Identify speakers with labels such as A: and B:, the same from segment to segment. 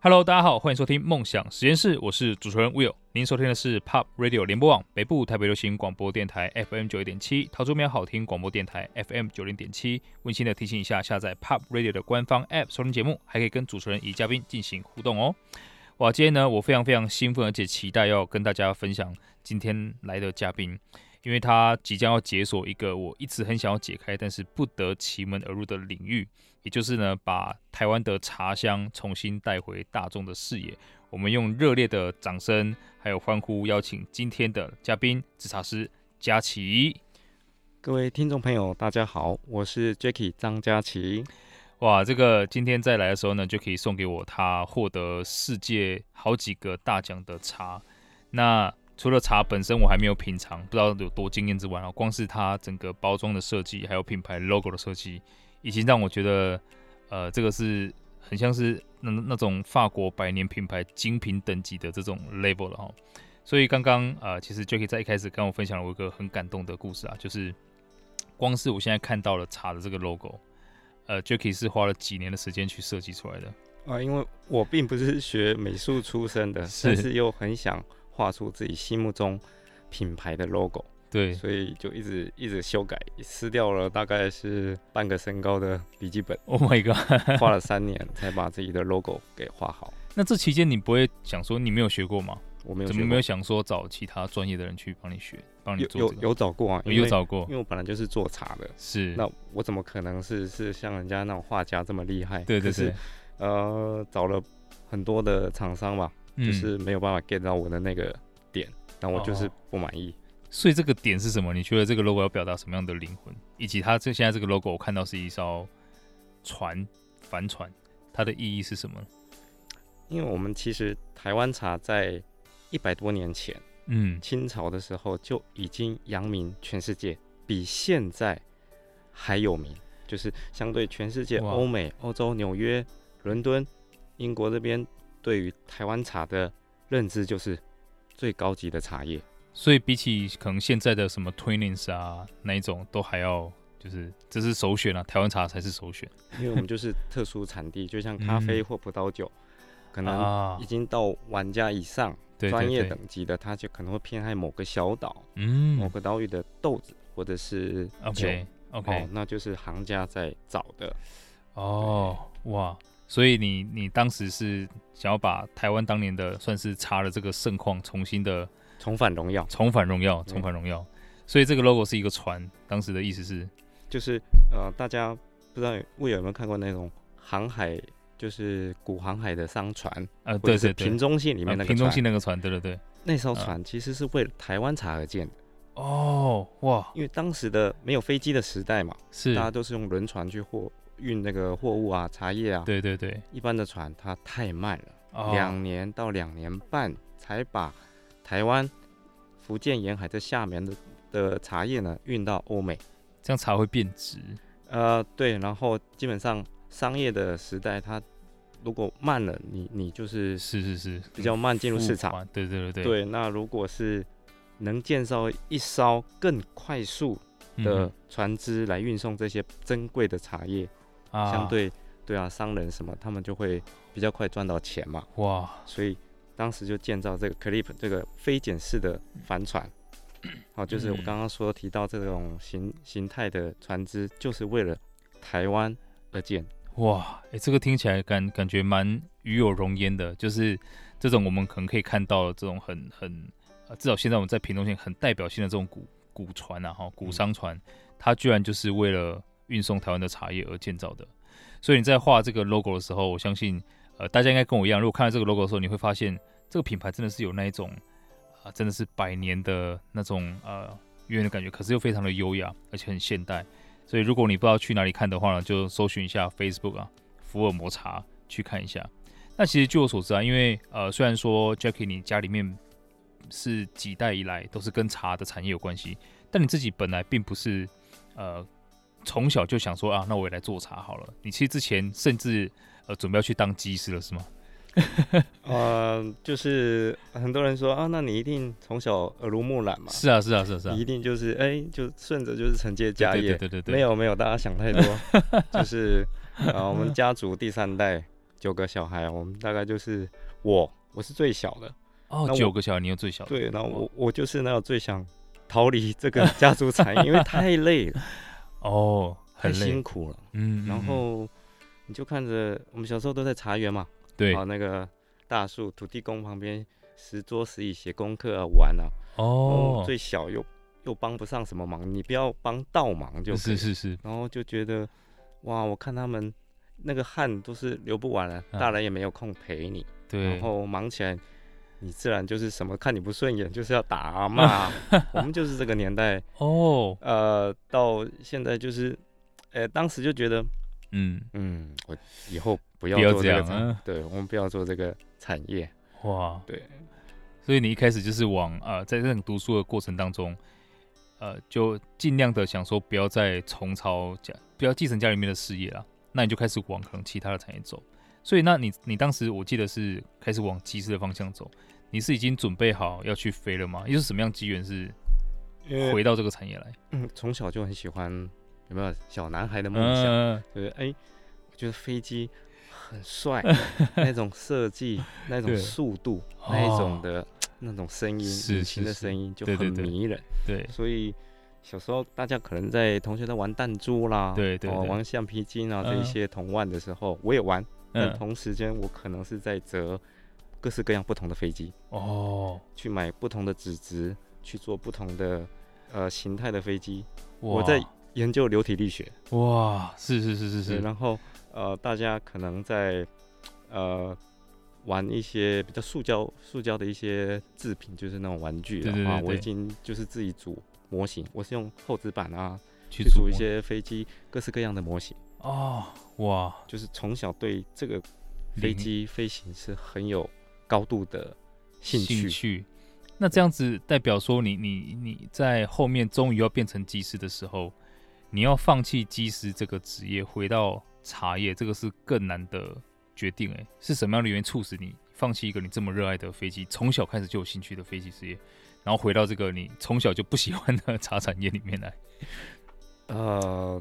A: Hello，大家好，欢迎收听梦想实验室，我是主持人 Will。您收听的是 Pop Radio 联播网北部台北流行广播电台 FM 九一点七，桃竹苗好听广播电台 FM 九零点七。温馨的提醒一下，下载 Pop Radio 的官方 App 收听节目，还可以跟主持人与嘉宾进行互动哦。哇，今天呢，我非常非常兴奋，而且期待要跟大家分享今天来的嘉宾，因为他即将要解锁一个我一直很想要解开，但是不得其门而入的领域。也就是呢，把台湾的茶香重新带回大众的视野。我们用热烈的掌声还有欢呼，邀请今天的嘉宾制茶师佳琪。
B: 各位听众朋友，大家好，我是 Jacky 张佳琪。
A: 哇，这个今天再来的时候呢，就可以送给我他获得世界好几个大奖的茶。那除了茶本身我还没有品尝，不知道有多惊艳之外，然后光是它整个包装的设计，还有品牌 logo 的设计，已经让我觉得，呃，这个是很像是那那种法国百年品牌精品等级的这种 label 了哈。所以刚刚呃，其实 Jacky 在一开始跟我分享了我一个很感动的故事啊，就是光是我现在看到了茶的这个 logo，呃，Jacky 是花了几年的时间去设计出来的。
B: 啊、因为我并不是学美术出身的，
A: 是
B: 但是又很想画出自己心目中品牌的 logo，
A: 对，
B: 所以就一直一直修改，撕掉了大概是半个身高的笔 记本，
A: Oh my god！
B: 画了三年才把自己的 logo 给画好。
A: 那这期间你不会想说你没有学过吗？
B: 我没有
A: 怎
B: 学
A: 么
B: 过
A: 没有想说找其他专业的人去帮你学，帮你
B: 有
A: 做、
B: 有
A: 这个？
B: 有找过啊？因为
A: 有找过
B: 因，为我本来就是做茶的，
A: 是，
B: 那我怎么可能是是像人家那种画家这么厉害？
A: 对对
B: 可是
A: 对，
B: 呃，找了很多的厂商吧，
A: 嗯
B: 就是没有办法 get 到我的那个点，那我就是
A: 哦
B: 不满意。
A: 所以这个点是什么？你觉得这个 logo 要表达什么样的灵魂？以及它这现在这个 logo，我看到是一艘船，帆船，它的意义是什么？
B: 因为我们其实台湾茶在一百多年前
A: 嗯，
B: 清朝的时候就已经扬名全世界，比现在还有名，就是相对全世界
A: 哇
B: 欧美、欧洲、纽约、伦敦、英国这边对于台湾茶的认知就是最高级的茶叶。
A: 所以比起可能现在的什么 Twinings 啊那一种，都还要就是这是首选啊，台湾茶才是首选
B: 因为我们就是 特殊产地，就像咖啡或葡萄酒，可能
A: 嗯啊
B: 已，经到玩家以上
A: 对
B: 专业
A: 对对，
B: 等级的，它就可能会偏爱某个小岛、某
A: 嗯
B: 个岛屿的豆子或者是酒。
A: ，OK
B: 哦
A: OK，，
B: 那就是行家在找的。
A: 哦，哇，所以你你当时是想要把台湾当年的算是茶的这个盛况重新的
B: 重返荣耀
A: 重返荣耀，
B: 对
A: 重返荣耀。
B: 嗯
A: 所以这个 logo 是一个船，当时的意思是，
B: 就是呃，大家不知道有魏有没有看过那种航海，就是古航海的商船，
A: 呃，
B: 或者
A: 对
B: 是
A: 对对，
B: 瓶中信里面那
A: 啊
B: 个
A: 瓶中
B: 船。
A: 信那个船，对对对。
B: 那
A: 嗯
B: 艘船其实是为了台湾茶而建的，
A: 哦，哇，
B: 因为当时的没有飞机的时代嘛，
A: 是
B: 大，家都是用轮船去货运那个货物啊、茶叶啊。
A: 对对对，
B: 一般的船它太慢了，
A: 哦
B: 两、年到两年半才把台湾、福建沿海这下面的的茶叶呢运到欧美。
A: 这样茶会变质，
B: 呃，对，然后基本上商业的时代，它如果慢了，你你就是
A: 是是是，
B: 比较慢进
A: 嗯
B: 入
A: 复
B: 市场。
A: 环，对对对对
B: 对，那如果是能建造一艘更快速
A: 嗯
B: 的船只来运送这些珍贵的茶叶，
A: 啊
B: 相对对啊，商人什么他们就会比较快赚到钱嘛，
A: 哇，
B: 所以当时就建造这个 Clip 这个非检式的帆船。好、就是我
A: 嗯
B: 刚刚说提到这种形形态的船只，就是为了台湾而建。
A: 哇，哎、这个听起来感感觉蛮与有容焉的，就是这种我们可能可以看到这种很很、呃，至少现在我们在屏东县很代表性的这种古古船啊，哈，古商船，它居然就是为了运送台湾的茶叶而建造的。所以你在画这个 logo 的时候，我相信呃大家应该跟我一样，如果看到这个 logo 的时候，你会发现这个品牌真的是有那一种啊、真的是百年的那种呃渊源的感觉，可是又非常的优雅，而且很现代。所以如果你不知道去哪里看的话呢，就搜寻一下 Facebook 啊，福尔摩茶去看一下。那其实据我所知啊，因为呃，虽然说 Jackie 你家里面是几代以来都是跟茶的产业有关系，但你自己本来并不是呃从小就想说啊，那我也来做茶好了。你其实之前甚至呃准备要去当技师了是吗？嗯
B: 呃，就是很多人说啊，那你一定从小耳濡目染嘛，
A: 是啊是啊是啊是啊
B: 你，一定就是哎、就顺着就是承接家业。
A: 对对对对对，
B: 没有没有，大家想太多，就是啊、呃我们家族第三代九个小孩，我们大概就是我，我是最小的，
A: 哦
B: 那，我
A: 九个小孩，你有最小的，
B: 对，那
A: 哇
B: 我我就是那个最想逃离这个家族产业，因为太累 了，
A: 哦，
B: 太
A: 很
B: 辛
A: 累，
B: 苦了。
A: 嗯，嗯
B: 然
A: 嗯
B: 后你就看着我们小时候都在茶园嘛，
A: 对
B: 啊，那个大树土地公旁边石桌石椅写功课啊玩啊，
A: 哦，
B: 最小又又帮不上什么忙，你不要帮倒忙就可
A: 是
B: 以
A: 是是，
B: 然后就觉得哇，我看他们那个汗都是流不完了、
A: 啊
B: 大人也没有空陪你，
A: 对
B: 然，后忙起来，你自然就是什么看你不顺眼就是要打啊骂啊， 我们就是这个年代，
A: 哦，
B: 呃，到现在就是，呃，当时就觉得，
A: 嗯，
B: 嗯，我以嗯后不要
A: 不要
B: 做
A: 这
B: 这个
A: 样
B: 产
A: 啊
B: 对我们不要做这个产业，
A: 哇，
B: 对，
A: 所以你一开始就是往呃，在这种读书的过程当中，呃，就尽量的想说不要再重操家，不要继承家里面的事业啦。那你就开始往可能其他的产业走。所以，那你你当时我记得是开始往技师的方向走，你是已经准备好要去飞了吗？又是什么样机缘是
B: 因为
A: 回到这个产业来？
B: 嗯从小就很喜欢，有没有小男孩的梦想？
A: 嗯，
B: 对，哎、我觉得飞机很 帅，那种设计、那种
A: 对
B: 速度、那一
A: 哦
B: 种的那种声音、
A: 是
B: 引擎
A: 是
B: 的
A: 是
B: 声音就
A: 对
B: 很
A: 对对
B: 迷人。
A: 哦对
B: 所以小时候大家可能在同学在玩弹珠啦，
A: 对对
B: 哦，
A: 对
B: 玩橡皮筋啊这一
A: 嗯
B: 些铜腕的时候，我也玩，但
A: 嗯，
B: 同时间我可能是在折各式各样不同的飞机，
A: 哦，
B: 去买不同的纸质，去做不同的呃形态的飞机，
A: 哇
B: 我在研究流体力学。
A: 哇，是是是是
B: 对，
A: 是，
B: 然后呃，大家可能在呃玩一些比较塑胶、塑胶的一些制品，就是那种玩具
A: 对对
B: 的话，
A: 对
B: 我已
A: 对
B: 经就是自己组模型，我是用厚纸板啊
A: 去
B: 去组一
A: 摸
B: 些飞机各式各样的模型，
A: 哦，哇，
B: 就是从小对这个飞机飞行是很有高度的兴趣。
A: 那这样子代表说你，你你在后面终于要变成技师的时候，你要放弃技师这个职业，回到茶叶，这个是更难的决定、欸。是什么样的原因促使你放弃一个你这么热爱的飞机，从小开始就有兴趣的飞机事业，然后回到这个你从小就不喜欢的茶产业里面来？
B: 呃，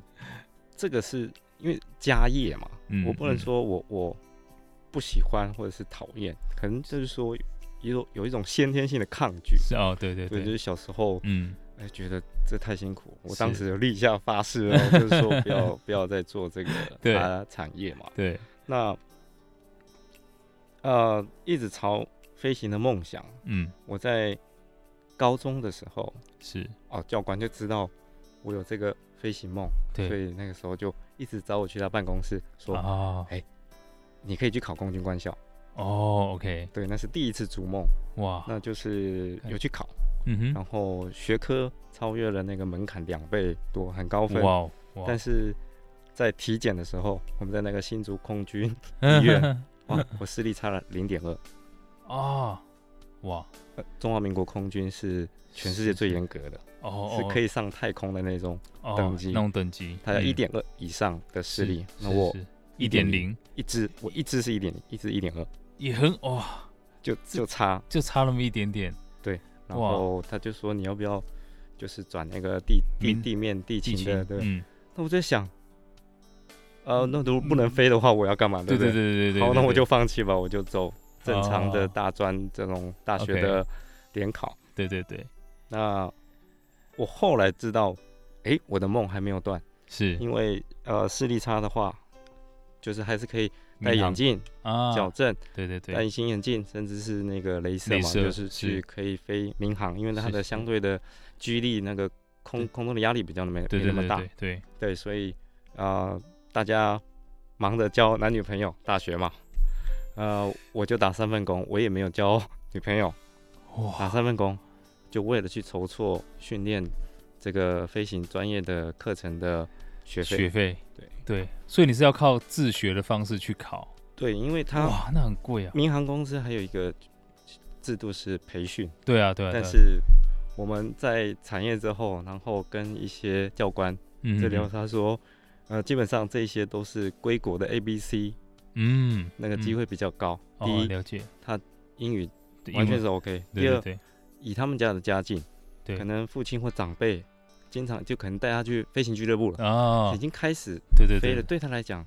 B: 这个是因为家业嘛，
A: 嗯
B: 我不能
A: 嗯
B: 说我我不喜欢或者是讨厌，可能就是说有有一种先天性的抗拒。
A: 是哦，对对
B: 对，就
A: 对，
B: 是小时候
A: 嗯，
B: 哎、觉得这太辛苦，我当
A: 是
B: 时有立下发誓哦，就是说不要 不要再做这个
A: 对
B: 啊产业嘛。
A: 对，
B: 那呃，一直朝飞行的梦想。
A: 嗯，
B: 我在高中的时候，
A: 是，
B: 哦，教官就知道我有这个飞行梦，所
A: 对，
B: 以那个时候就一直找我去他办公室说，
A: 啊，
B: 你可以去考空军官校。
A: 哦，OK，
B: 对，那是第一次逐梦，
A: 哇，
B: 那就是有去考，
A: 啊嗯
B: 然后学科超越了那个门槛两倍多，很高
A: 哼，
B: 分
A: 哇。哦哇
B: 但是在体检的时候，我们在那个新竹空军，
A: 哦，
B: 医院哇，我视力差了零点二。
A: 啊，哇，
B: 呃中华民国空军是全世界最严格的，
A: 哦，
B: 是可
A: 以
B: 以上太空的那种，等级
A: 那种等级，
B: 它要
A: 嗯
B: 一点二以上的视力。那我
A: 一点零
B: 一只，我一只是一点，一只一点二，
A: 也很哇，
B: 就就差。
A: 就差那么一点点，
B: 然
A: 哇
B: 后他就说你要不要，就是转那个地地
A: 民
B: 地面地
A: 地
B: 勤
A: 勤
B: 的，对。
A: 嗯，
B: 那我在想，呃，那如果不能飞的话，我要干嘛？
A: 对
B: 不
A: 对对对对对，
B: 好，那
A: 对
B: 我就放弃吧，我就走正常的
A: 哦
B: 大专这种大学
A: OK
B: 的联考。
A: 对对对
B: 那我后来知道，诶，我的梦还没有断，
A: 是
B: 因为呃视力差的话，就是还是可以戴
A: 民
B: 眼
A: 航
B: 镜、
A: 啊，
B: 矫正、
A: 对对
B: 戴
A: 对，
B: 隐形眼镜，甚至是那个镭射
A: 镭
B: 嘛，
A: 射
B: 就是去
A: 是
B: 可以飞民航，因为它
A: 是
B: 的
A: 是
B: 相对的居力那个空
A: 对
B: 空中的压力比较没
A: 对
B: 没
A: 对
B: 那么
A: 对
B: 大，
A: 对对，
B: 对，所以呃，大家忙着交男女朋友，大学嘛，呃，我就打三份工，我也没有交 女朋友，
A: 哇，
B: 打三份工，就为了去筹措训练这个飞行专业的课程的学费。
A: 学费，
B: 对
A: 对，所以你是要靠自学的方式去考，
B: 对，因为他
A: 哇，那很贵啊，
B: 民航公司还有一个制度是培训，
A: 对啊对啊，
B: 但
A: 对啊
B: 是我们在产业之后，然后跟一些教官
A: 嗯
B: 这聊，他说。呃，基本上这些都是归国的 A、B、C，
A: 嗯，
B: 那个机
A: 会
B: 会比较高。第
A: 哦
B: 一，
A: 了解，
B: 英语
A: 对
B: 完
A: 因为
B: 全是 OK。
A: 对
B: 第
A: 对
B: 二，
A: 对，
B: 以他们家的家境，
A: 对
B: 可能父亲或长辈经常就可能带他去飞行俱乐部了，
A: 啊
B: 已，经开始
A: 对对
B: 飞了，
A: 对，
B: 对他来讲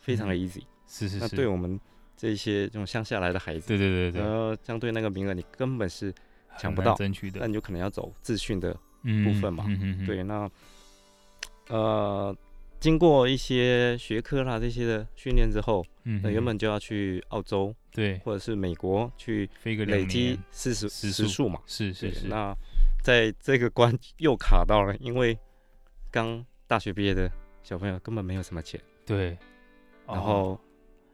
B: 非常的 easy。
A: 是是
B: 那
A: 是，
B: 对我们这些这种乡下来的孩子，
A: 对对对对，
B: 呃，相对那个名额你根本是，
A: 很
B: 抢不
A: 难
B: 到
A: 争取的
B: 那你就可能要走自训的
A: 嗯
B: 分嘛
A: 嗯嗯嗯
B: 对，那呃，经过一些学科啦这些的训练之后，
A: 嗯
B: 那
A: 嗯
B: 原本就要去澳洲
A: 对
B: 或者是美国去
A: 飞个两
B: 累积
A: 年，
B: 四十
A: 时
B: 时
A: 速
B: 数嘛。
A: 是是
B: 对
A: 是，
B: 那在这个关又卡到了，因为刚大学毕业的小朋友根本没有什么钱，
A: 对，
B: 然
A: 哦
B: 后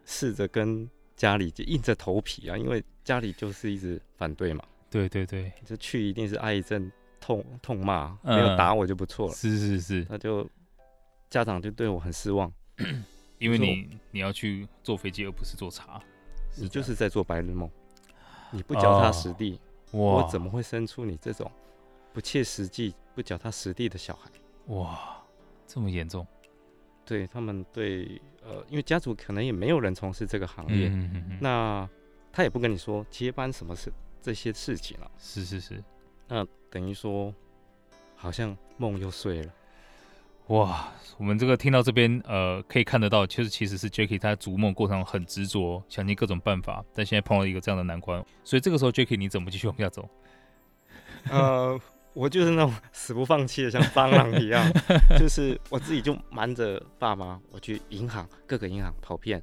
B: 试着跟家里就硬着头皮啊，因为家里就是一直反对嘛，
A: 对对对，
B: 就去一定是挨一阵痛痛骂，
A: 嗯
B: 没有打我就不错了。
A: 是是是，
B: 那就家长就对我很失望，
A: 因为
B: 就是
A: 你你要去坐飞机而不是做茶，
B: 你
A: 这
B: 就
A: 样
B: 是在做白日梦，你不脚踏实地，
A: 哦哇
B: 我怎么会生出你这种不切实际、不脚踏实地的小孩？
A: 哇这么严重？
B: 对他们对呃，因为家族可能也没有人从事这个行业，
A: 嗯嗯嗯，
B: 那他也不跟你说接班什么事这些事情了、
A: 是是是，
B: 等于说好像梦又碎了。
A: 哇，我们这个听到这边，呃，可以看得到，其实其实是 Jacky 他在逐梦过程中很执着，想尽各种办法，但现在碰到一个这样的难关，所以这个时候 Jacky 你怎么继续往下走？
B: 呃，我就是那种 死不放弃的，像蟑螂一 样，就是我自己就瞒着爸妈，我去银行各个银行跑遍。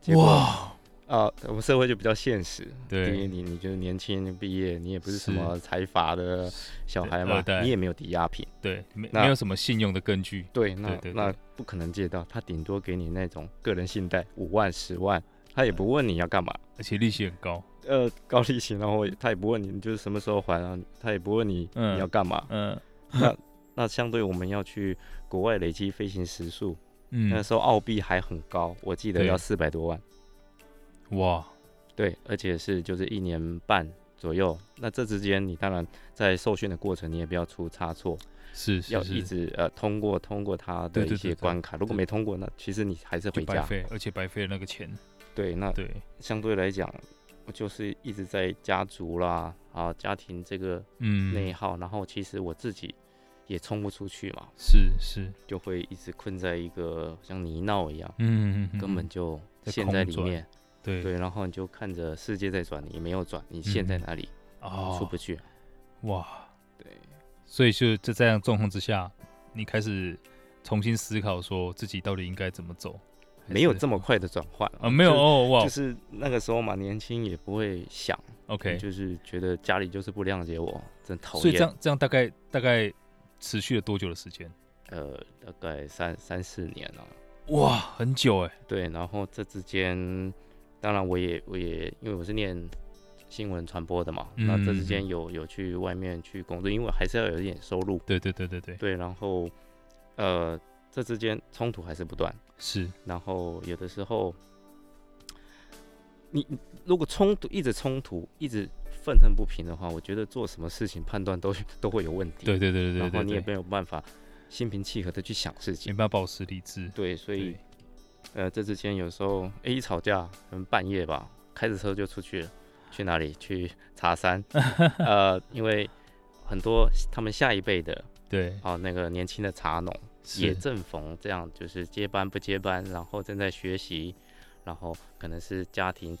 B: 结果，
A: 哇，
B: 呃，我们社会就比较现实，因为
A: 对，
B: 你你就是年轻毕业，你也不是
A: 是
B: 什么财阀的小孩
A: 对二
B: 嘛
A: 代，
B: 你也没有抵押品，
A: 对，没
B: 那
A: 没有什么信用的根据，
B: 对，那
A: 对对
B: 那不可能借到，他顶多给你那种个人信贷五万十万，他也不问你要干嘛。
A: 而且利息很高，
B: 呃，高利息，然后他也不问你，你就是什么时候还啊，他也不问你
A: 嗯
B: 你要干嘛，
A: 嗯
B: 那相对我们要去国外累积飞行时速，那
A: 嗯，
B: 时候澳币还很高，我记得
A: 对
B: 要四百多万，
A: 哇，
B: 对，而且是就是一年半左右。那这之间，你当然在受训的过程，你也不要出差错，
A: 是是
B: 要一
A: 是，
B: 直呃通过通过它
A: 对对
B: 的一
A: 对
B: 些
A: 对
B: 关卡。如果没通过，那其实你还是
A: 就
B: 回
A: 白
B: 家。啊
A: 费，而且白费了那个钱，
B: 对，那
A: 对，
B: 相对来讲，我就是一直在家族啦啊家庭这个
A: 嗯，
B: 内耗，然后其实我自己也冲不出去嘛，
A: 是是，
B: 就会一直困在一个像泥淖一样。
A: 嗯，嗯嗯
B: 根本
A: 嗯
B: 就
A: 在
B: 陷
A: 空
B: 在里
A: 转
B: 面，
A: 对
B: 对，然后你就看着世界在转，你没有转，你陷在
A: 嗯
B: 哪里、出
A: 哦
B: 不，去，
A: 哇，
B: 对，
A: 所以就在这样状况之下，你开始重新思考，说自己到底应该怎么走。还
B: 没有
A: 是
B: 这么快的转换
A: 啊，没有
B: 就
A: 哦，哇、
B: 就是那个时候嘛，年轻也不会想
A: o k
B: 就是觉得家里就是不谅解我，真讨
A: 所以这
B: 厌。
A: 样这样大概大概持续了多久的时间？
B: 呃，大概三三四年了、
A: 哇，很久哎、
B: 对，然后这之间，当然我也我也因为我是念新闻传播的嘛，那这之
A: 嗯嗯
B: 间有有去外面去工作，因为还是要有一点收入，
A: 对对对对对，
B: 对，然后呃，这之间冲突还是不断，
A: 是，
B: 然后有的时候，你你如果冲突一直冲突，一直愤恨不平的话，我觉得做什么事情判断都 都会有问题，
A: 对对对对
B: 然后
A: 对
B: 你也
A: 对对，
B: 没有办法心平气和的去想事
A: 没
B: 情，
A: 办法保持理智。
B: 对，所以
A: 对，
B: 呃，这之间有时候诶一吵架，可能半夜吧，开着车就出去了，去哪里？去 茶山，呃，因为很多他们下一辈的
A: 对，
B: 啊，那个年轻的茶农。也
A: 是，
B: 正逢这样，就是接班不接班，然后正在学习，然后可能是家庭，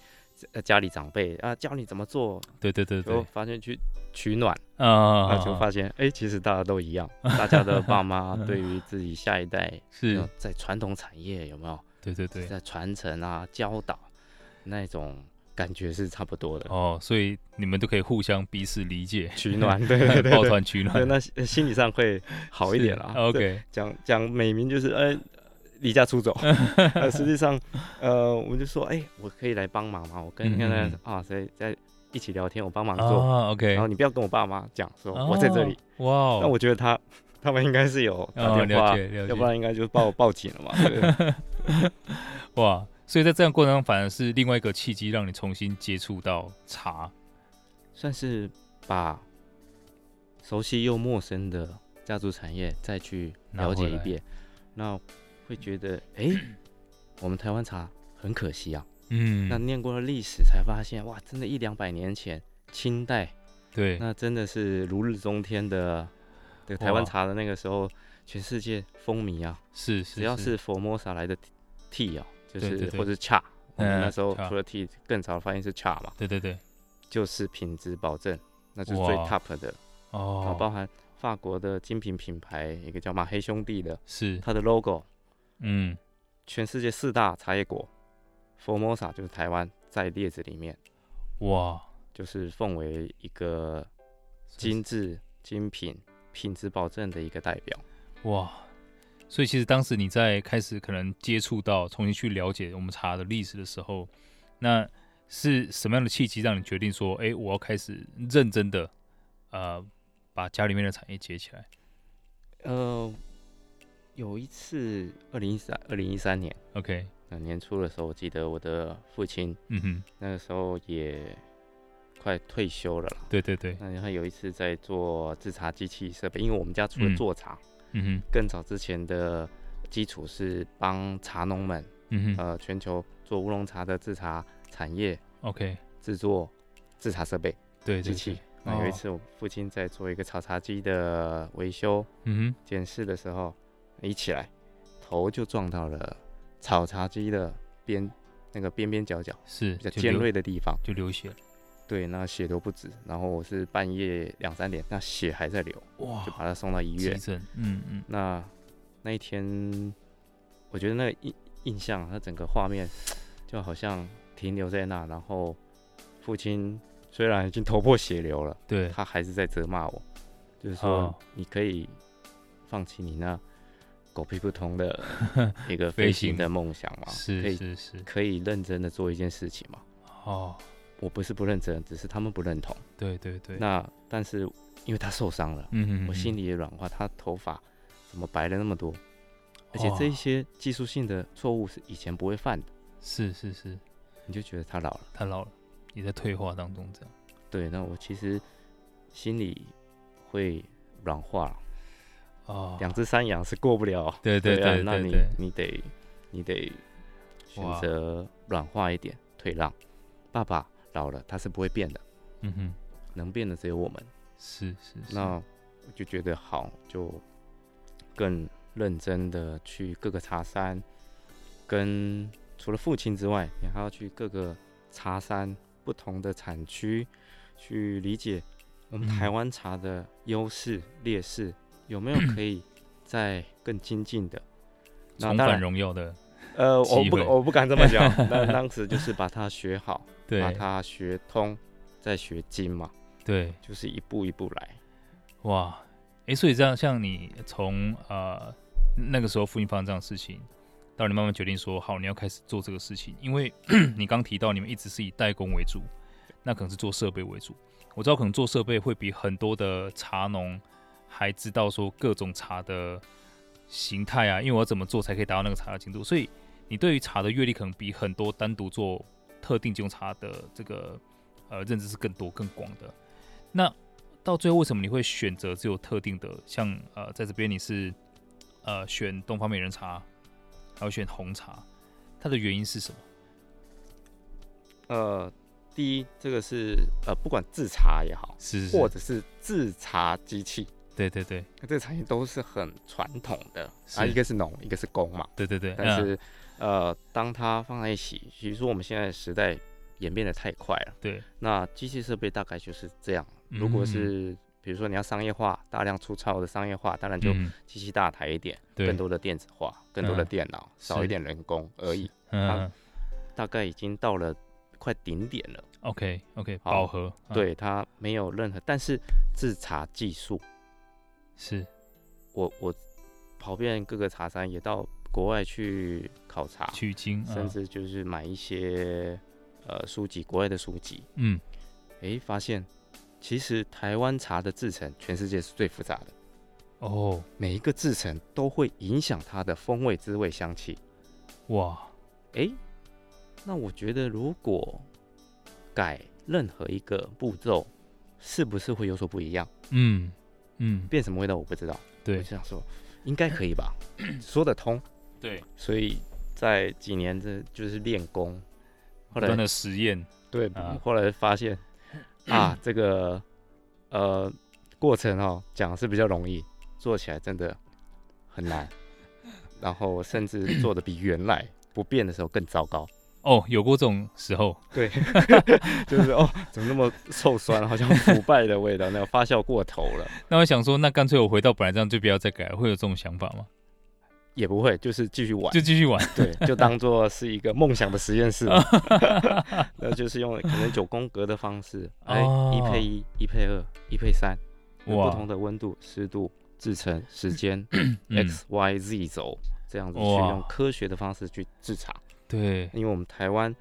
B: 呃，家里长辈啊教你怎么做，
A: 对对对对
B: 就，发现去取暖，
A: 啊啊，
B: 啊，
A: 啊
B: 就
A: 啊
B: 发现哎、其实大家都一样，大家的爸 妈对于自己下一代，
A: 是
B: 呃，在传统产业有没有
A: 对对对，
B: 在传承啊、教导那种感觉是差不多的，
A: 哦，所以你们都可以互相彼此理解，
B: 取暖，对对对
A: 抱
B: 对。
A: 团取
B: 对，
A: 暖，
B: 那心心理上会好一
A: 是
B: 点啦。对
A: OK，
B: 讲讲美名就是呃离家出走， 呃实际上呃我们就说哎、我可以来帮忙嘛，我跟
A: 嗯
B: 跟他
A: 嗯
B: 啊在在一起聊天，我帮忙做，
A: 啊，OK，
B: 然后你不要跟我爸妈讲说
A: 哦
B: 我在这里，，
A: 哇哦，
B: 那我觉得他他们应该是有打
A: 哦
B: 电话
A: 了，解了解，
B: 要不然应该就报报警了嘛，对不 对
A: 哇，所以在这样过程中，反而是另外一个契机，让你重新接触到茶。
B: 算是把熟悉又陌生的家族产业再去了解一遍，那会觉得哎、我们台湾茶很可惜啊。
A: 嗯，
B: 那念过了历史才发现，哇，真的，一两百年前清代，
A: 对，
B: 那真的是如日中天的，这个台湾
A: 哇
B: 茶的那个时候，全世界风靡啊，
A: 是是，
B: 只要是佛摩萨来的 tea 啊，就
A: 对对
B: 是
A: 对
B: 或者恰，我
A: 嗯
B: 们那时候
A: 恰
B: 除了 T 更早发音是恰嘛，
A: 对对对，
B: 就是品质保证，那就是最
A: 哇
B: top 的，然后
A: 哦，
B: 包含法国的精品品牌一个叫马黑兄弟的，
A: 是，
B: 它的 logo
A: 嗯，
B: 全世界四大茶叶果，Formosa 就是台湾在列子里面，
A: 哇，
B: 就是奉为一个
A: 是
B: 精致精品品质保证的一个代表。
A: 哇，所以其实当时你在开始可能接触到重新去了解我们茶的历史的时候，那是什么样的契机让你决定说，哎、我要开始认真的，呃，把家里面的产业接起来？
B: 呃，有一次，二零一三二零一三年，
A: OK，
B: 呃，年初的时候，我记得我的父亲
A: 嗯哼，
B: 那个时候也快退休了啦。
A: 对对对，
B: 那然后有一次在做制茶机器设备，因为我们家除了
A: 嗯
B: 做茶，
A: 嗯哼，
B: 更早之前的基础是帮茶农们，
A: 嗯哼
B: 呃，全球做乌龙茶的制茶产业
A: ，OK，
B: 制作制茶设备
A: 对
B: 机
A: 对
B: 器
A: 对，。
B: 那有一
A: 哦
B: 次我父亲在做一个炒茶机的维修
A: 嗯哼，
B: 检视的时候，一起来头就撞到了炒茶机的边那个边边角角
A: 是
B: 比较
A: 就
B: 尖
A: 流
B: 锐的地方，
A: 就流血了，
B: 对，那血流不止。然后我是半夜两三点，那血还在流，
A: 哇
B: 就，把他送到医
A: 急
B: 院。
A: 诊，嗯嗯，
B: 那那一天，我觉得那个印印象，它整个画面就好像停留在那。然后父亲虽然已经头破血流了，
A: 对，
B: 他还是在责骂我，就是说
A: 哦
B: 你可以放弃你那狗屁不通 的一个
A: 飞
B: 飞行
A: 行
B: 的梦想嘛，可
A: 是
B: 以
A: 是是，
B: 可以认真的做一件事情嘛。
A: 哦，
B: 我不是不认真，只是他们不认同。
A: 对对对，
B: 那但是因为他受伤了，
A: 嗯哼，
B: 我心
A: 里
B: 里也软化，他头发怎么白了那么多？而且这一些技术性的错误是以前不会犯的，
A: 是是是，
B: 你就觉得他老了。
A: 他老了，也在退化当中，这样。
B: 对，那我其实心里会软化了，
A: 哦，
B: 两只山羊是过不了。
A: 对对
B: 啊
A: 对
B: 那
A: 对
B: 你
A: 对，
B: 你得你得选
A: 哇
B: 择软化一点，退让。爸爸老了，他是不会变的，
A: 嗯哼，
B: 能变的只有我们。
A: 是是是，
B: 那我就觉得好，就更认真的去各个茶山，跟除了父亲之外，你还要去各个茶山不同的产区，去理解我们
A: 嗯
B: 台湾茶的优势、劣势，有没有可以再更精进的？那
A: 重
B: 当
A: 返
B: 然，
A: 荣耀的，
B: 呃，我
A: 机
B: 不
A: 会
B: 我不敢这么 讲，但当时就是把它学好，把
A: 对
B: 它学通，再学精嘛，
A: 对，
B: 就是一步一步来。
A: 哇，诶，所以这样，像你从呃那个时候父亲发生这样的事情，到你慢慢决定说好，你要开始做这个事情，因为 你刚提到你们一直是以代工为主，那可能是做设备为主。我知道可能做设备会比很多的茶农还知道说各种茶的形态啊，因为我要怎么做才可以达到那个茶的精度，所以你对于茶的阅历可能比很多单独做特定几种茶的这个呃认知是更多更广的。那到最后为什么你会选择只有特定的？像呃，在这边你是呃选东方美人茶，还有选红茶，它的原因是什么？
B: 呃，第一，这个是呃，不管制茶也好，
A: 是
B: 或者是制茶机器，
A: 对对对
B: 这个产业都是很传统的啊，
A: 是
B: 一个是农，一个是工嘛。
A: 对对对，
B: 但
A: 嗯、
B: 是，呃，当它放在一起，其实我们现在时代演变的太快了。
A: 对，
B: 那机器设备大概就是这样。如果是、
A: 嗯
B: 比如说你要商业化，大量粗糙的商业化，当然就
A: 嗯
B: 机器大台一点，
A: 对
B: 更多的电子化，更多的
A: 嗯
B: 电脑，少
A: 是
B: 一点人工而已。
A: 嗯
B: 大概已经到了快顶点了。
A: ，OK OK，
B: 好
A: 饱和，嗯
B: 对它没有任何，但是制茶技术，
A: 是
B: 我我跑遍各个茶山，也到国外去考察，
A: 取经，嗯
B: 啊甚至就是买一些呃书籍，国外的书籍，
A: 嗯
B: 诶，发现其实台湾茶的制成，全世界是最复杂的，
A: 哦
B: 每一个制成都会影响它的风味、滋味、香气。
A: 哇
B: 诶，那我觉得如果改任何一个步骤，是不是会有所不一样？
A: 嗯嗯
B: 变什么味道我不知道。我
A: 对
B: 就想说，应该可 以吧，说得通。
A: 对，
B: 所以在几年这就是练功，
A: 不
B: 后
A: 断
B: 来
A: 的实验，
B: 对
A: 啊，
B: 后来发现啊，这个呃过程哦，讲是比较容易，做起来真的很难，然后甚至做的比原来不变的时候更糟糕。
A: 哦，有过这种时候，
B: 对，就是哦，怎么那么臭酸，好像腐败的味道，那个发酵过头了，
A: 那我想说，那干脆我回到本来这样，就不要再改了，会有这种想法吗？
B: 也不会，就是继续玩，
A: 就继续玩，
B: 对，就当做是一个梦想的实验室， 那就是用可能九宫格的方式，哎，一
A: 哦
B: 配一，一配二，一配三，用
A: 哇
B: 不同的温度、湿度、制成时间、
A: 嗯
B: x、y、z 轴这样子去
A: 哇
B: 用科学的方式去制茶，
A: 对，
B: 因为我们台湾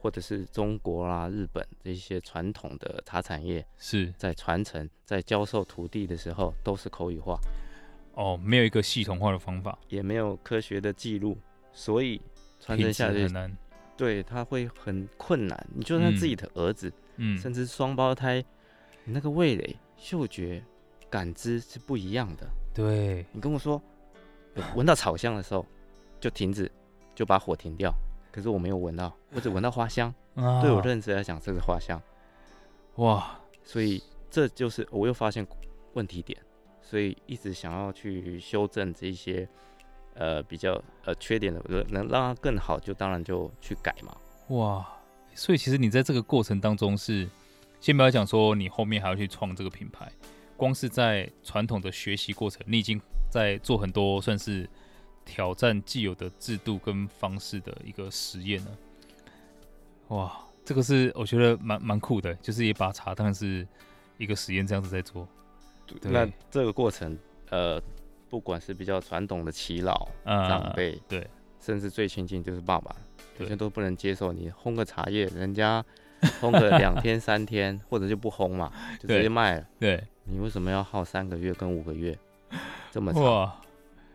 B: 或者是中国啦、日本这些传统的茶产业，
A: 是
B: 在传承、在教授徒弟的时候都是口语化，
A: 哦，没有一个系统化的方法，
B: 也没有科学的记录，所以传
A: 品质
B: 承下去
A: 很，难，
B: 对他会很困难。你就算自己的儿子，
A: 嗯，
B: 甚至双胞胎，你那个味蕾、嗅觉、感知是不一样的。
A: 对，
B: 你跟我说，有闻到草香的时候就停止，就把火停掉。可是我没有闻到，我只闻到花香。
A: 啊
B: 对我认知来讲，这是花香。
A: 哇，
B: 所以这就是我又发现问题点，所以一直想要去修正这一些呃比较呃缺点的，呃能让它更好，就当然就去改嘛。
A: 哇，所以其实你在这个过程当中是，先不要讲说你后面还要去创这个品牌，光是在传统的学习过程，你已经在做很多算是挑战既有的制度跟方式的一个实验了。哇，这个是我觉得蛮蛮酷的，就是也把茶当然是一个实验这样子在做。对
B: 那这个过程，呃，不管是比较传统的耆老
A: 啊
B: 长辈，
A: 对，
B: 甚至最亲近就是爸爸，有
A: 对
B: 些都不能接受你烘个茶叶，人家烘个两天三天，或者就不烘嘛，就直
A: 对
B: 接卖了。
A: 对，
B: 你为什么要耗三个月跟五个月这么长？
A: 哇，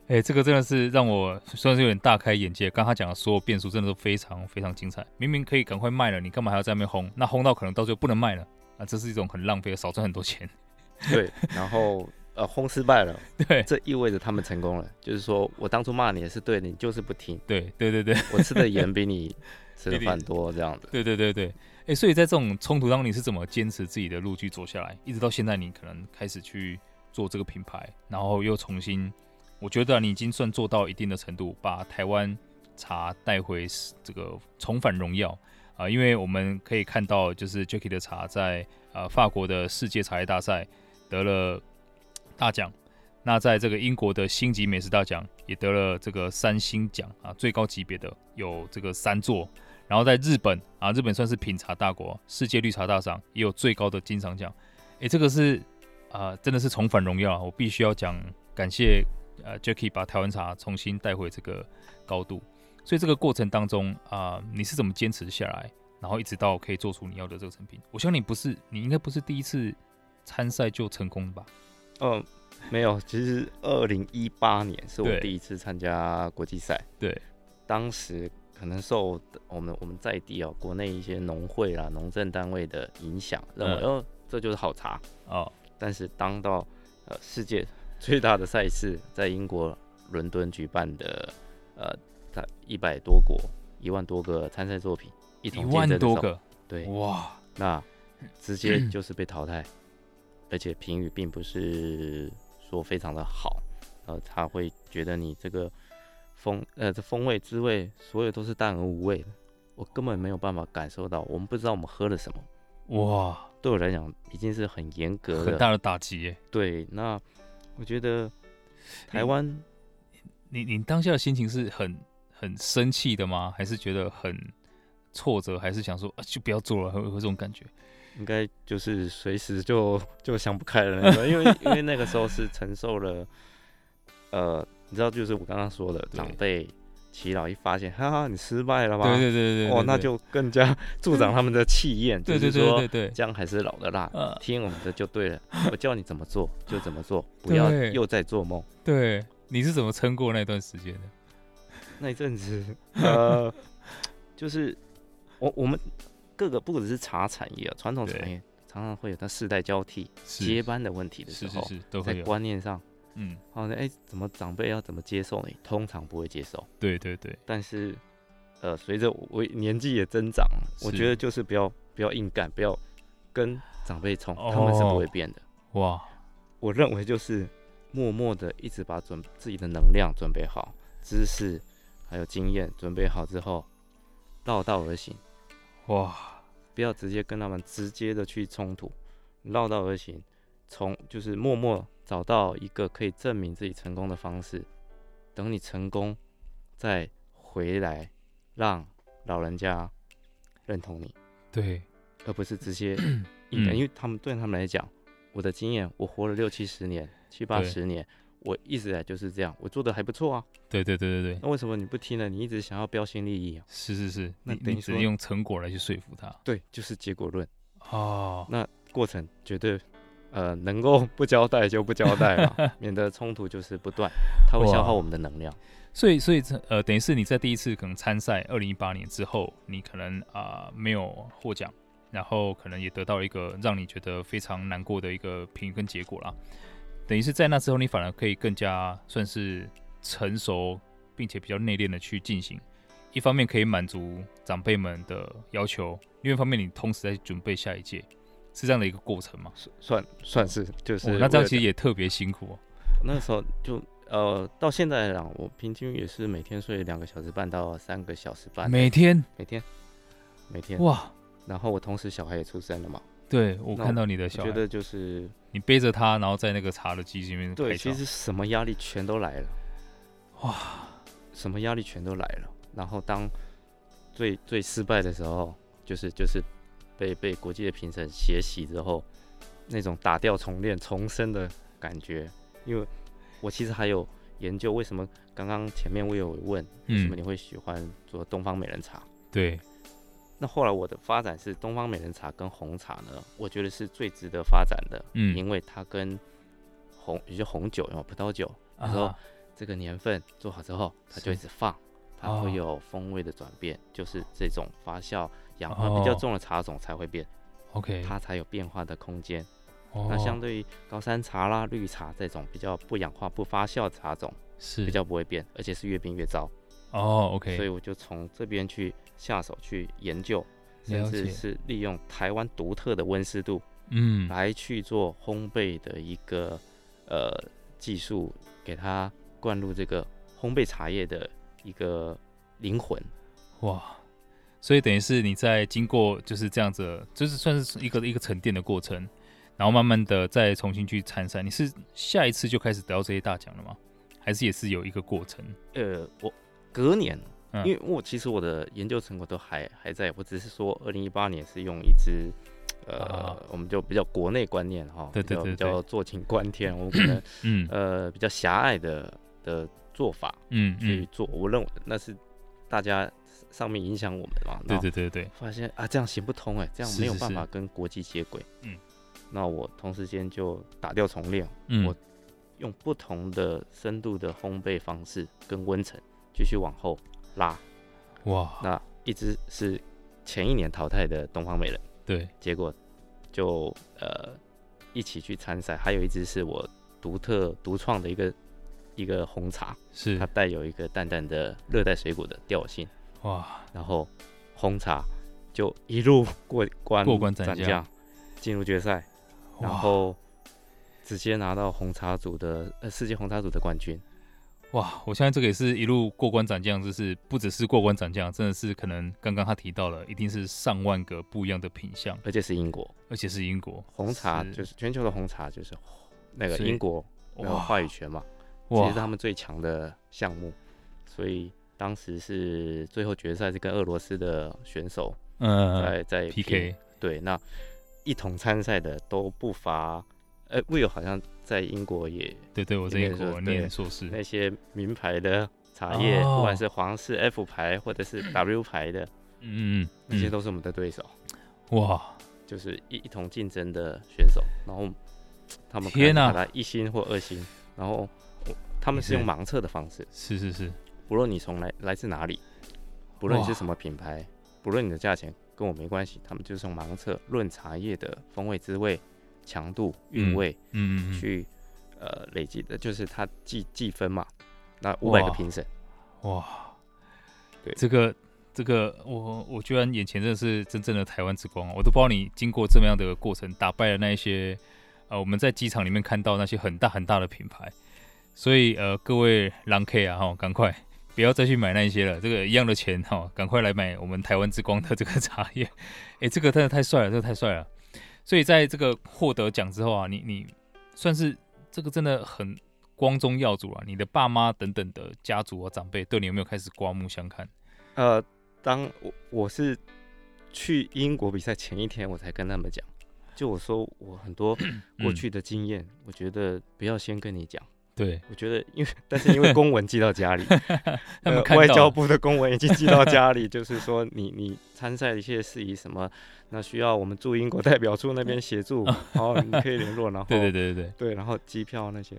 A: 哎、这个真的是让我算是有点大开眼界。刚刚他讲的所有变数真的都非常非常精彩，明明可以赶快卖了，你干嘛还要在那边轰？那轰到可能到最后不能卖了啊，这是一种很浪费，少赚很多钱。
B: 对，然后呃轰失败了，
A: 对
B: 这意味着他们成功了，就是说我当初骂你也是对的，你就是不听，
A: 对对对对
B: 我吃的盐 比你吃的
A: 比你
B: 饭多这样子。
A: 对对对对，哎、所以在这种冲突当中，你是怎么坚持自己的路去走下来，一直到现在，你可能开始去做这个品牌，然后又重新，我觉得、啊、你已经算做到一定的程度，把台湾茶带回世这个重返荣耀啊、因为我们可以看到，就是 Jacky 的茶在呃法国的世界茶叶大赛得了大奖。那在这个英国的星级美食大奖也得了这个三星奖啊，最高级别的有这个三座，然后在日本啊，日本算是品茶大国，世界绿茶大赏也有最高的金赏奖。诶，这个是啊、真的是重返荣耀啊！我必须要讲，感谢呃 Jacky 把台湾茶重新带回这个高度。所以这个过程当中啊、你是怎么坚持下来，然后一直到可以做出你要的这个成品？我相信你不是，你应该不是第一次参赛就成功的吧？
B: 嗯，没有，其实二零一八年是
A: 哦对
B: 我第一次参加国际赛，
A: 对，
B: 当时可能受我们我们在地哦国内一些农会啦、农政单位的影响，认为、
A: 嗯
B: 哦这就是好茶，
A: 哦，
B: 但是当到呃世界最大的赛事在英国伦敦举办的，呃，它一百多国、一万多个参赛作品一
A: 一
B: 同竞争
A: 万
B: 的时候
A: 多，个，哦
B: 对，
A: 哇，
B: 那直接就是被淘汰， 而且评语并不是说非常的好，呃，他会觉得你这个风呃这风味滋味所有都是淡而无味的，我根本没有办法感受到，我们不知道我们喝了什么，
A: 哇，
B: 对我来讲已经是很严格
A: 很
B: 的
A: 大的打击耶！
B: 对，那我 觉得台
A: 你
B: 湾
A: 你你当下的心情是很很生气的吗？还是觉得很挫折？还是想说啊就不要做了？会会这种感觉？
B: 应该就是随时就 就想不开了那种，因为 因为那个时候是承受了，呃，你知道，就是我刚刚说的
A: 对
B: 长辈祈老一发现，哈哈，你失败了吧？
A: 对对对对
B: 哦，
A: 对
B: 那
A: 对
B: 就更加助长他们的气焰，
A: 对
B: 就
A: 对
B: 是
A: 对对
B: 说
A: 对，对
B: 姜还是老的辣，
A: 呃，
B: 听我们的就 对了，我叫你怎么做就怎么做，不要
A: 对
B: 又在做梦。
A: 对，你是怎么撑过那段时间的？
B: 那一阵 子，呃，就是我我们各个不只是茶产业啊，传统产
A: 对
B: 业常常会有它世代交替、
A: 是
B: 接班的问题的时
A: 是
B: 候
A: 是，是，都
B: 在
A: 会有，
B: 观念上，
A: 嗯，
B: 好像哎，怎么长辈要怎么接受你，通常不会接受。
A: 对对对，
B: 但是，呃，随着我年纪也增长，我
A: 是
B: 觉得就是不要不要硬干，不要跟长辈冲，他们是不会
A: 哦
B: 变的。
A: 哇，
B: 我认为就是默默的一直把准自己的能量准备好，知识、还有经验准备好之后，绕道而行，
A: 哇，
B: 不要直接跟他们直接的去冲突，绕道而行，从就是默默找到一个可以证明自己成功的方式，等你成功再回来，让老人家认同你，
A: 对，
B: 而不是直 接硬干，因为他们对他们来讲，我的经验，我活了六七十年、七八
A: 对
B: 十年，我一直以来就是这样，我做的还不错啊，
A: 对对对对对，
B: 那为什么你不听呢？你一直想要标新立异啊？
A: 是是是，
B: 那
A: 你
B: 等
A: 你
B: 于
A: 只
B: 说
A: 能用成果来去说服他。
B: 对，就是结果论，
A: 哦，
B: 过程绝对，呃，能够不交代就不交代 了，免得冲突就是不断，它会消耗
A: 哇
B: 我们的能量。
A: 所以所以这呃，等于是你在第一次可能参赛，二零一八年之后，你可能啊、没有获奖，然后可能也得到一个让你觉得非常难过的一个评跟结果啦。等于是在那之后，你反而可以更加算是成熟，并且比较内敛的去进行。一方面可以满足长辈们的要求，另外一方面你同时在准备下一届，是这样的一个过程嘛？
B: 算算算是就是、
A: 哦那这样其实也特别辛苦、哦。
B: 那时候就呃，到现在来讲，我平均也是每天睡两个小时半到三个小时半，
A: 每天
B: 每天每天。
A: 哇，
B: 然后我同时小孩也出生了嘛，
A: 对我
B: 那
A: 看到你的
B: 我
A: 小
B: 觉
A: 孩，
B: 得就是
A: 你背着他，然后在那个茶的机器里面
B: 对，
A: 拍照
B: 其实什么压力全都来了，
A: 哇，
B: 什么压力全都来了。然后当最最失败的时候，就是就是被被国际的评审血洗之后，那种打掉重练重生的感觉。因为我其实还有研究为什么刚刚前面我有问，为什么
A: 嗯，
B: 你会喜欢做东方美人茶？
A: 对，
B: 那后来我的发展是东方美人茶跟红茶呢，我觉得是最值得发展的，
A: 嗯，
B: 因为它跟红，也就红酒，有葡萄酒，
A: 啊
B: 有时候这个年份做好之后，它就一
A: 是
B: 直放，它
A: 哦
B: 会有风味的转变，就是这种发酵氧化比较
A: 哦
B: 重的茶种才会变，
A: OK，
B: 它才有变化的空间。
A: 哦
B: 那相对于高山茶啦、绿茶这种比较不氧化、不发酵的茶种，
A: 是
B: 比较不会变，而且是越变越糟。
A: 哦
B: 所以
A: ，OK，
B: 我就从这边去下手去研究，甚
A: 了
B: 至
A: 解
B: 是利用台湾独特的温湿度
A: 嗯，
B: 来去做烘焙的一个呃技术，给它灌入这个烘焙茶叶的一个灵魂。
A: 哇，所以等于是你在经过就是这样子，就是算是一个一个沉淀的过程，然后慢慢的再重新去参赛。你是下一次就开始得到这些大奖了吗？还是也是有一个过程？
B: 呃，我隔年，
A: 嗯
B: 因为我其实我的研究成果都还还在，我只是说二零一八年是用一支。呃，
A: 啊
B: 我们就比较国内观念哈，
A: 对对对
B: 比
A: 对
B: 较比较坐井观 天，我们可能
A: 嗯
B: 呃比较狭隘的的做法，
A: 嗯
B: 去
A: 嗯，
B: 做，我认为那是大家上面影响我们嘛。
A: 对对对对，
B: 发现啊，这样行不通哎，这样
A: 是
B: 没有
A: 是
B: 办
A: 是
B: 法跟国际接轨。
A: 嗯，
B: 那我同时间就打掉重练，
A: 嗯，
B: 我用不同的深度的烘焙方式跟温层继续往后拉。
A: 哇，
B: 那一直是前一年淘汰的东方美人，
A: 对，
B: 结果就呃一起去参赛，还有一支是我独特独创的一个一个红茶。
A: 是
B: 它带有一个淡淡的热带水果的调性，
A: 哇，
B: 然后红茶就一路过关
A: 过关斩
B: 斩
A: 将
B: 将，进入决赛，然
A: 哇
B: 后直接拿到红茶组的呃世界红茶组的冠军。
A: 哇，我相信这个也是一路过关斩将，就是不只是过关斩将，真的是可能刚刚他提到了，一定是上万个不一样的品相，
B: 而且是英国
A: 而且是英国
B: 红茶，就是全球的红茶就是那个
A: 所以
B: 英国有
A: 哇
B: 话语权嘛，其实是
A: 哇
B: 他们最强的项目，所以。当时是最后决赛是跟俄罗斯的选手
A: 嗯
B: 在在拼
A: PK
B: 对，那一同参赛的都不乏，呃，Will 好像在英国也
A: 对对，我在
B: 里
A: 英
B: 面
A: 国
B: 说
A: 念
B: 对
A: 硕士，
B: 那些名牌的茶叶，
A: 哦
B: 不管是皇室 F 牌或 者是 W 牌的，
A: 嗯嗯
B: 那些
A: 嗯
B: 都是我们的对手，
A: 嗯，哇
B: 就是一一同竞争的选手。然后他们可
A: 天
B: 能
A: 哪
B: 拿来一星或二星，然后我他们是用
A: 也
B: 盲测的方式，
A: 是是嗯是，
B: 不论你从来来自哪里，不论你
A: 哇
B: 是什么品牌，不论你的价钱，跟我没关系，他们就是用盲测论茶叶的风味、滋味、强度、韵
A: 嗯
B: 味。
A: 嗯嗯
B: 去呃累积的，就是它计计分嘛，那五百个
A: 哇
B: 评审，
A: 嗯，哇，
B: 对
A: 这个这个我我居然眼前真的是真正的台湾之光，我都不知道你经过这么样的过程，打败了那一些呃我们在机场里面看到那些很大很大的品牌，所以呃各位狼 K 啊哈，赶快不要再去买那一些了，这个一样的钱哈、哦，赶快来买我们台湾之光的这个茶叶。哎，这个真的太帅了，这个太帅了。所以在这个获得奖之后啊，你你算是这个真的很光宗耀祖啊。你的爸妈等等的家族啊长辈对你有没有开始刮目相看？
B: 呃，当我我是去英国比赛前一天，我才跟他们讲，就我说我 很多
A: 嗯
B: 过去的经验，我觉得不要先跟你讲。
A: 对，
B: 我觉得，因为但是因为公文寄 到家里，
A: 他们
B: 呃
A: 看到
B: 外交部的公文已经寄到家里，就是说你你参赛的一些事宜什么，那需要我们驻英国代表处那边协助，然后你可以联络，然后
A: 哦 对对对对
B: 对然后机票那些，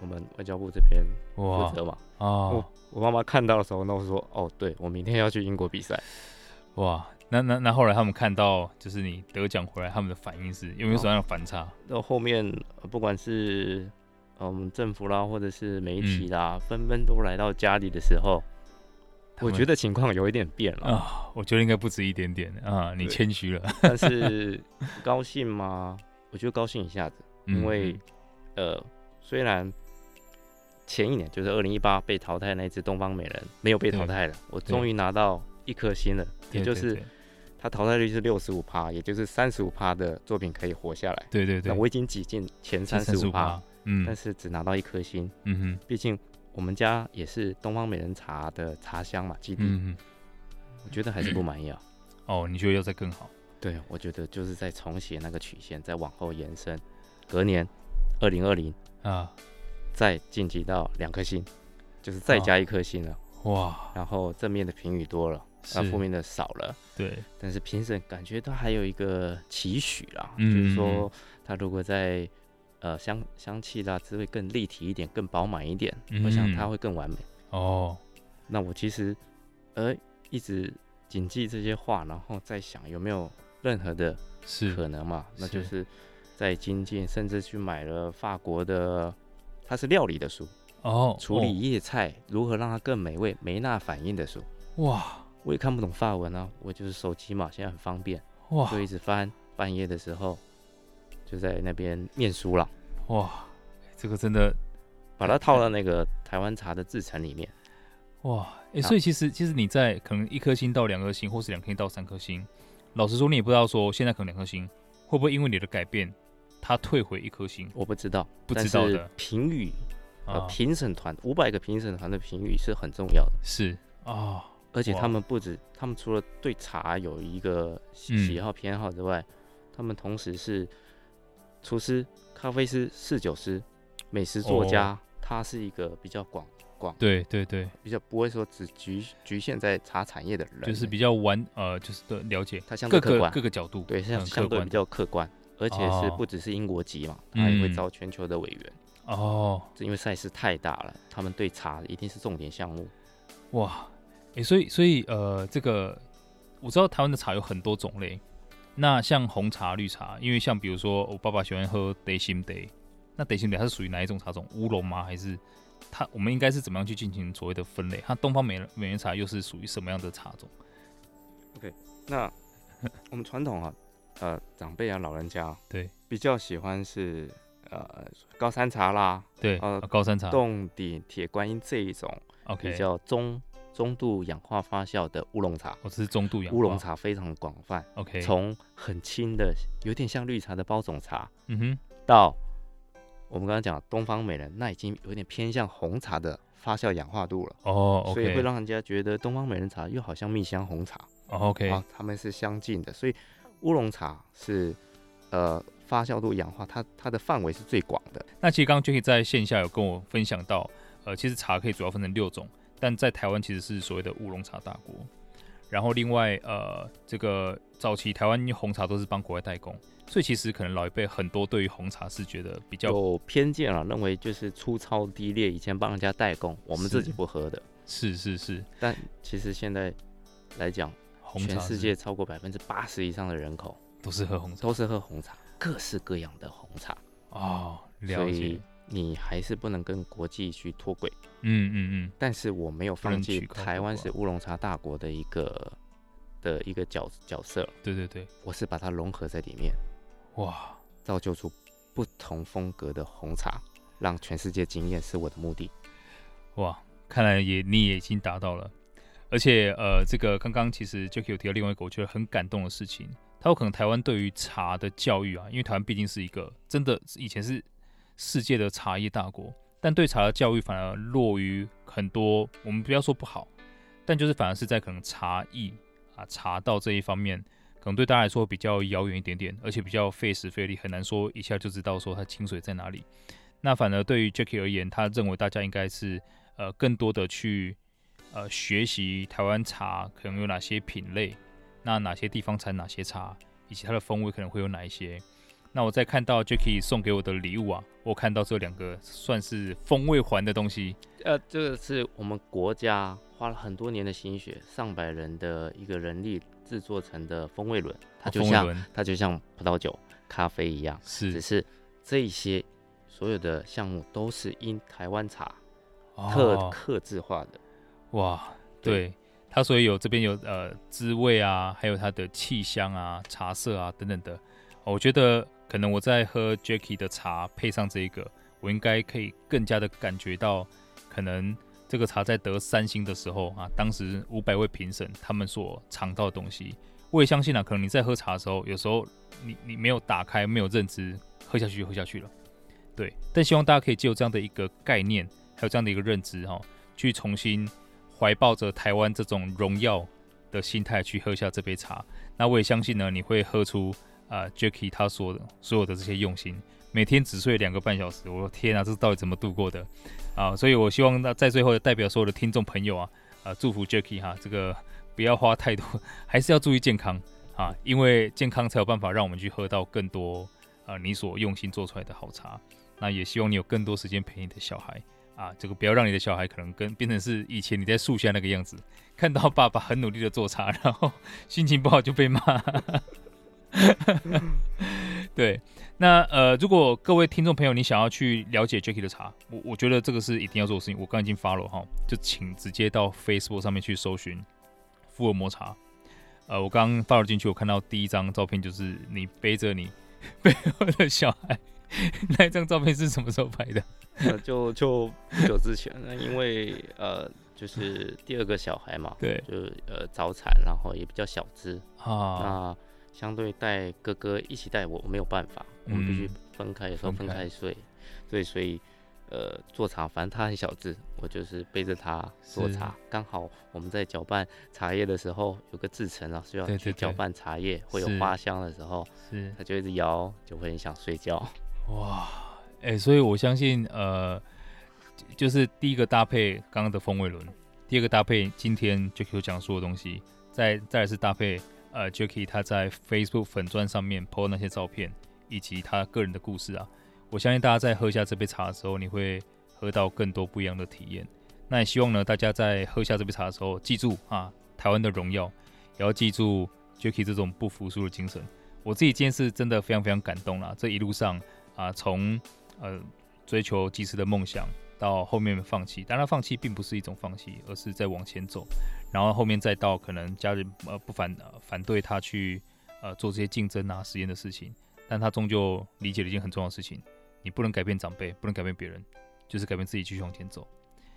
B: 我们外交部这边
A: 对，
B: 负
A: 哇
B: 责嘛。
A: 哦
B: 我妈妈看到的时候，那我说哦，对我明天要去英国比赛，
A: 哇，那那那后来他们看到就是你得奖回来，他们的反应是有没有什么样的反差？
B: 那后面呃不管是呃我们政府啦，或者是媒
A: 嗯
B: 体啦，纷纷都来到家里的时候，
A: 他
B: 我
A: 们
B: 觉得情况有一点变了。
A: 啊，我觉得应该不止一点点啊，你
B: 对
A: 谦虚了，
B: 但是 高兴吗？我觉得高兴一下子，
A: 嗯
B: 因为呃，虽然前一年就是二零一八被淘汰那只东方美人没有被淘汰了，我终于拿到一颗星了，也就是它淘汰率是六十五趴，也就是三十五趴的作品可以活下来。
A: 对对对
B: 那，我已经挤进前三
A: 三
B: 十
A: 十
B: 五趴，，但
A: 嗯
B: 是只拿到一颗星，
A: 嗯哼
B: 毕竟。我们家也是东方美人茶的茶香嘛，基地，
A: 嗯
B: 我觉得还是不满意啊。
A: 哼，哦，你觉得要再更好？
B: 对，啊我觉得就是在重写那个曲线，再往后延伸。隔年，二零二零
A: 啊，
B: 再晋级到两颗星，就是再加一颗星了。
A: 哇，
B: 然后正面的评语多了，
A: 哦是
B: 那负面的少了。
A: 对，
B: 但是评审感觉他还有一个期许啦，
A: 嗯
B: 就是说他如果在呃香香气啦滋味更立体一点，更饱满一点，我想
A: 嗯
B: 他会更完美。
A: 哦，
B: 那我其实呃一直谨记这些话，然后再想有没有任何的
A: 是，
B: 可能嘛，那就是是在精进，甚至去买了法国的，它是料理的书，
A: 哦，
B: 处理叶菜、如何让它更美味、梅纳反应的书。
A: 哦哇
B: 我也看不懂法文啊，我就是手机嘛，现在很方便，
A: 哇
B: 就一直翻。半夜的时候就在那边念书了，
A: 哦哇，这个真的
B: 把它套到那个台湾茶的制成里面。
A: 哇，哎、
B: 啊
A: 所以其实其实你在可能一颗星到两颗星，或是两颗星到三颗星，老实说，你也不知道说现在可能两颗星会不会因为你的改变，它退回一颗星，
B: 我不知道，
A: 不知道
B: 但
A: 的
B: 是评语呃
A: 啊，
B: 评审团五百个评审团的评语是很重要的。
A: 是啊，
B: 而且他
A: 哇
B: 们不止，他们除了对茶有一个喜
A: 嗯
B: 喜好偏好之外，他们同时是厨师、咖啡师、侍酒师、美食作家，
A: 哦
B: 他是一个比较广、
A: 对对对，
B: 比较不会说只局局限在茶产业的人，
A: 就是比较完呃，就是的了解
B: 他相对
A: 各
B: 客
A: 个
B: 观，
A: 各个角度，
B: 对，相
A: 很
B: 相
A: 客
B: 对
A: 观
B: 比较客观，而且是
A: 哦
B: 不只是英国籍嘛，他也会
A: 嗯
B: 招全球的委员，
A: 哦，
B: 这因为赛事太大了，他们对茶一定是重点项目。
A: 哇，诶，所以所以呃，这个我知道台湾的茶有很多种类，那像红茶、绿茶，因为像比如说我爸爸喜欢喝 day sim day，那 day sim day 它是属于哪一种茶种？乌龙吗？还是它我们应该是怎么样去进行所谓的分类？它东方美人美人茶又是属于什么样的茶种？
B: 那我们传统啊，呃，长辈啊，老人家
A: 对
B: 比较喜欢是呃高山茶啦、
A: 对，
B: 呃
A: 啊高山茶
B: 洞顶铁观音这一种比
A: ，OK，
B: 较中中度氧化发酵的乌龙茶。
A: 我是中度养
B: 乌龙茶非常广泛，
A: ，OK，
B: 从很轻的有点像绿茶的包种茶，
A: 嗯哼，
B: 到我们刚刚讲的东方美人，那已经有点偏向红茶的发酵氧化度了。
A: 哦
B: 所以会
A: ，OK，OK，
B: 让人家觉得东方美人茶又好像蜜香红茶，
A: 哦，OK，
B: 啊，它们是相近的，所以乌龙茶是呃发酵度氧化，它它的范围是最广的。
A: 那其实刚刚 Jacky 在线下有跟我分享到，呃，其实茶可以主要分成六种，但在台湾其实是所谓的乌龙茶大国。然后另外，呃，这个早期台湾红茶都是帮国外代工，所以其实可能老一辈很多对于红茶是觉得比较
B: 有偏见了，认为就是粗糙低劣，以前帮人家代工，我们自己
A: 是
B: 不喝的。
A: 是是是
B: 但其实现在来讲，
A: 红茶
B: 全
A: 是
B: 世界超过百分之八十以上的人口
A: 都是喝红茶
B: 都是喝红茶，各式各样的红茶，
A: 哦，
B: 所
A: 了
B: 以
A: 解，
B: 你还是不能跟国际去脱轨。
A: 嗯嗯嗯，
B: 但是我没有放弃
A: 不能取高
B: 台湾
A: 不
B: 是
A: 挂
B: 乌龙茶大国的一个的一个角角色，
A: 对对对，
B: 我是把它融合在里面，
A: 哇，
B: 造就出不同风格的红茶，让全世界惊艳是我的目的。
A: 哇，看来也你也已经达到了。而且呃，这个刚刚其实 Jacky 有提到另外一个我觉得很感动的事情，他有可能台湾对于茶的教育啊，因为台湾毕竟是一个真的以前是世界的茶叶大国，但对茶的教育反而落于很多，我们不要说不好，但就是反而是在可能茶艺啊、茶道这一方面，可能对大家来说比较遥远一点点，而且比较费时费力，很难说一下就知道说它清水在哪里。那反而对于 Jacky 而言，他认为大家应该是呃更多的去。呃，学习台湾茶可能有哪些品类，那哪些地方产哪些茶，以及它的风味可能会有哪一些。那我在看到 Jacky 送给我的礼物啊，我看到这两个算是风味环的东西。
B: 呃，这个是我们国家花了很多年的心血，上百人的一个人力制作成的风味轮，它就像、
A: 哦、
B: 它就像葡萄酒、咖啡一样，
A: 是
B: 只是这些所有的项目都是因台湾茶特、
A: 哦、
B: 刻制化的。
A: 哇，对它，所以有这边有呃滋味啊，还有它的气香啊、茶色啊等等的、哦。我觉得可能我在喝 Jacky 的茶，配上这一个，我应该可以更加的感觉到，可能这个茶在得三星的时候啊，当时五百位评审他们所尝到的东西。我也相信啊，可能你在喝茶的时候，有时候你你没有打开，没有认知，喝下去就喝下去了。对，但希望大家可以借由这样的一个概念，还有这样的一个认知哈、哦，去重新。怀抱着台湾这种荣耀的心态去喝下这杯茶，那我也相信呢，你会喝出啊、呃、，Jacky 他说的所有的这些用心。每天只睡两个半小时，我的天啊，这到底怎么度过的啊？所以我希望那在最后代表所有的听众朋友啊，啊、呃，祝福 Jacky 哈，这个不要花太多，还是要注意健康啊，因为健康才有办法让我们去喝到更多啊、呃、你所用心做出来的好茶。那也希望你有更多时间陪你的小孩。啊，这个不要让你的小孩可能跟变成是以前你在树下那个样子， 看到爸爸很努力的做茶， 然后心情不好就被骂。 对，那呃，如果各位听众朋友你想要去了解 Jacky 的茶，我我觉得这个是一定要做的事情。我刚已经发了哈，就请直接到 Facebook 上面去搜寻福尔摩茶。呃，我刚发了进去，我看到第一张照片就是你背着你 背后的小孩。 那一张照片是什么时候拍的？
B: 呃、就就不久之前，那因为呃，就是第二个小孩嘛，
A: 对，
B: 就呃早产，然后也比较小只
A: 啊。
B: 那相对带哥哥一起带我，我没有办法，我们必须分开，有时候分开睡。对，所以呃做茶，反正他很小只，我就是背着他做茶。刚好我们在搅拌茶叶的时候，有个制成啊，需要去搅拌茶叶，会有花香的时候，
A: 是
B: 他就一直摇，就会很想睡觉。
A: 哇，哎、欸，所以我相信，呃，就是第一个搭配刚刚的风味轮，第二个搭配今天 Jacky 讲说的东西，再再来是搭配呃 Jacky 他在 Facebook 粉钻上面 po 那些照片，以及他个人的故事啊，我相信大家在喝下这杯茶的时候，你会喝到更多不一样的体验。那也希望呢，大家在喝下这杯茶的时候，记住啊，台湾的荣耀，也要记住 Jacky 这种不服输的精神。我自己今天是真的非常非常感动啦，这一路上。啊，从呃追求技师的梦想到后面放弃，当然放弃并不是一种放弃，而是在往前走。然后后面再到可能家人呃不反、呃、反对他去呃做这些竞争啊实验的事情，但他终究理解了一件很重要的事情：你不能改变长辈，不能改变别人，就是改变自己去往前走。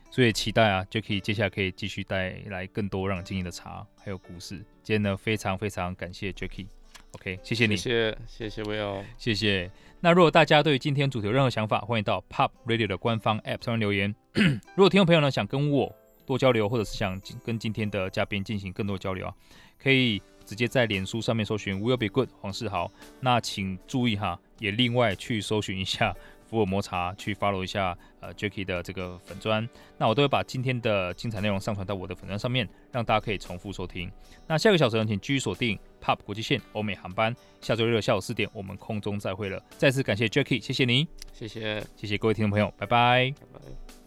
A: 所以期待啊，Jacky 接下来可以继续带来更多让你惊艳的茶还有故事。今天呢，非常非常感谢 Jacky。OK，谢谢你，
B: 谢谢谢谢 Will，
A: 谢谢。那如果大家对于今天主题有任何想法，欢迎到 Pop Radio 的官方 App 上面留言 如果听众朋友呢想跟我多交流，或者是想跟今天的嘉宾进行更多交流啊，可以直接在脸书上面搜寻 Will Be Good 黄世豪。那请注意哈，也另外去搜寻一下福尔摩茶，去 follow 一下呃 Jacky 的这个粉砖。那我都会把今天的精彩内容上传到我的粉砖上面，让大家可以重复收听。那下个小时呢，请继续锁定。Pub 国际线欧美航班，下周六下午四点，我们空中再会了。再次感谢 Jacky，谢谢你，
B: 谢谢，
A: 谢谢各位听众朋友，拜拜，
B: 拜拜。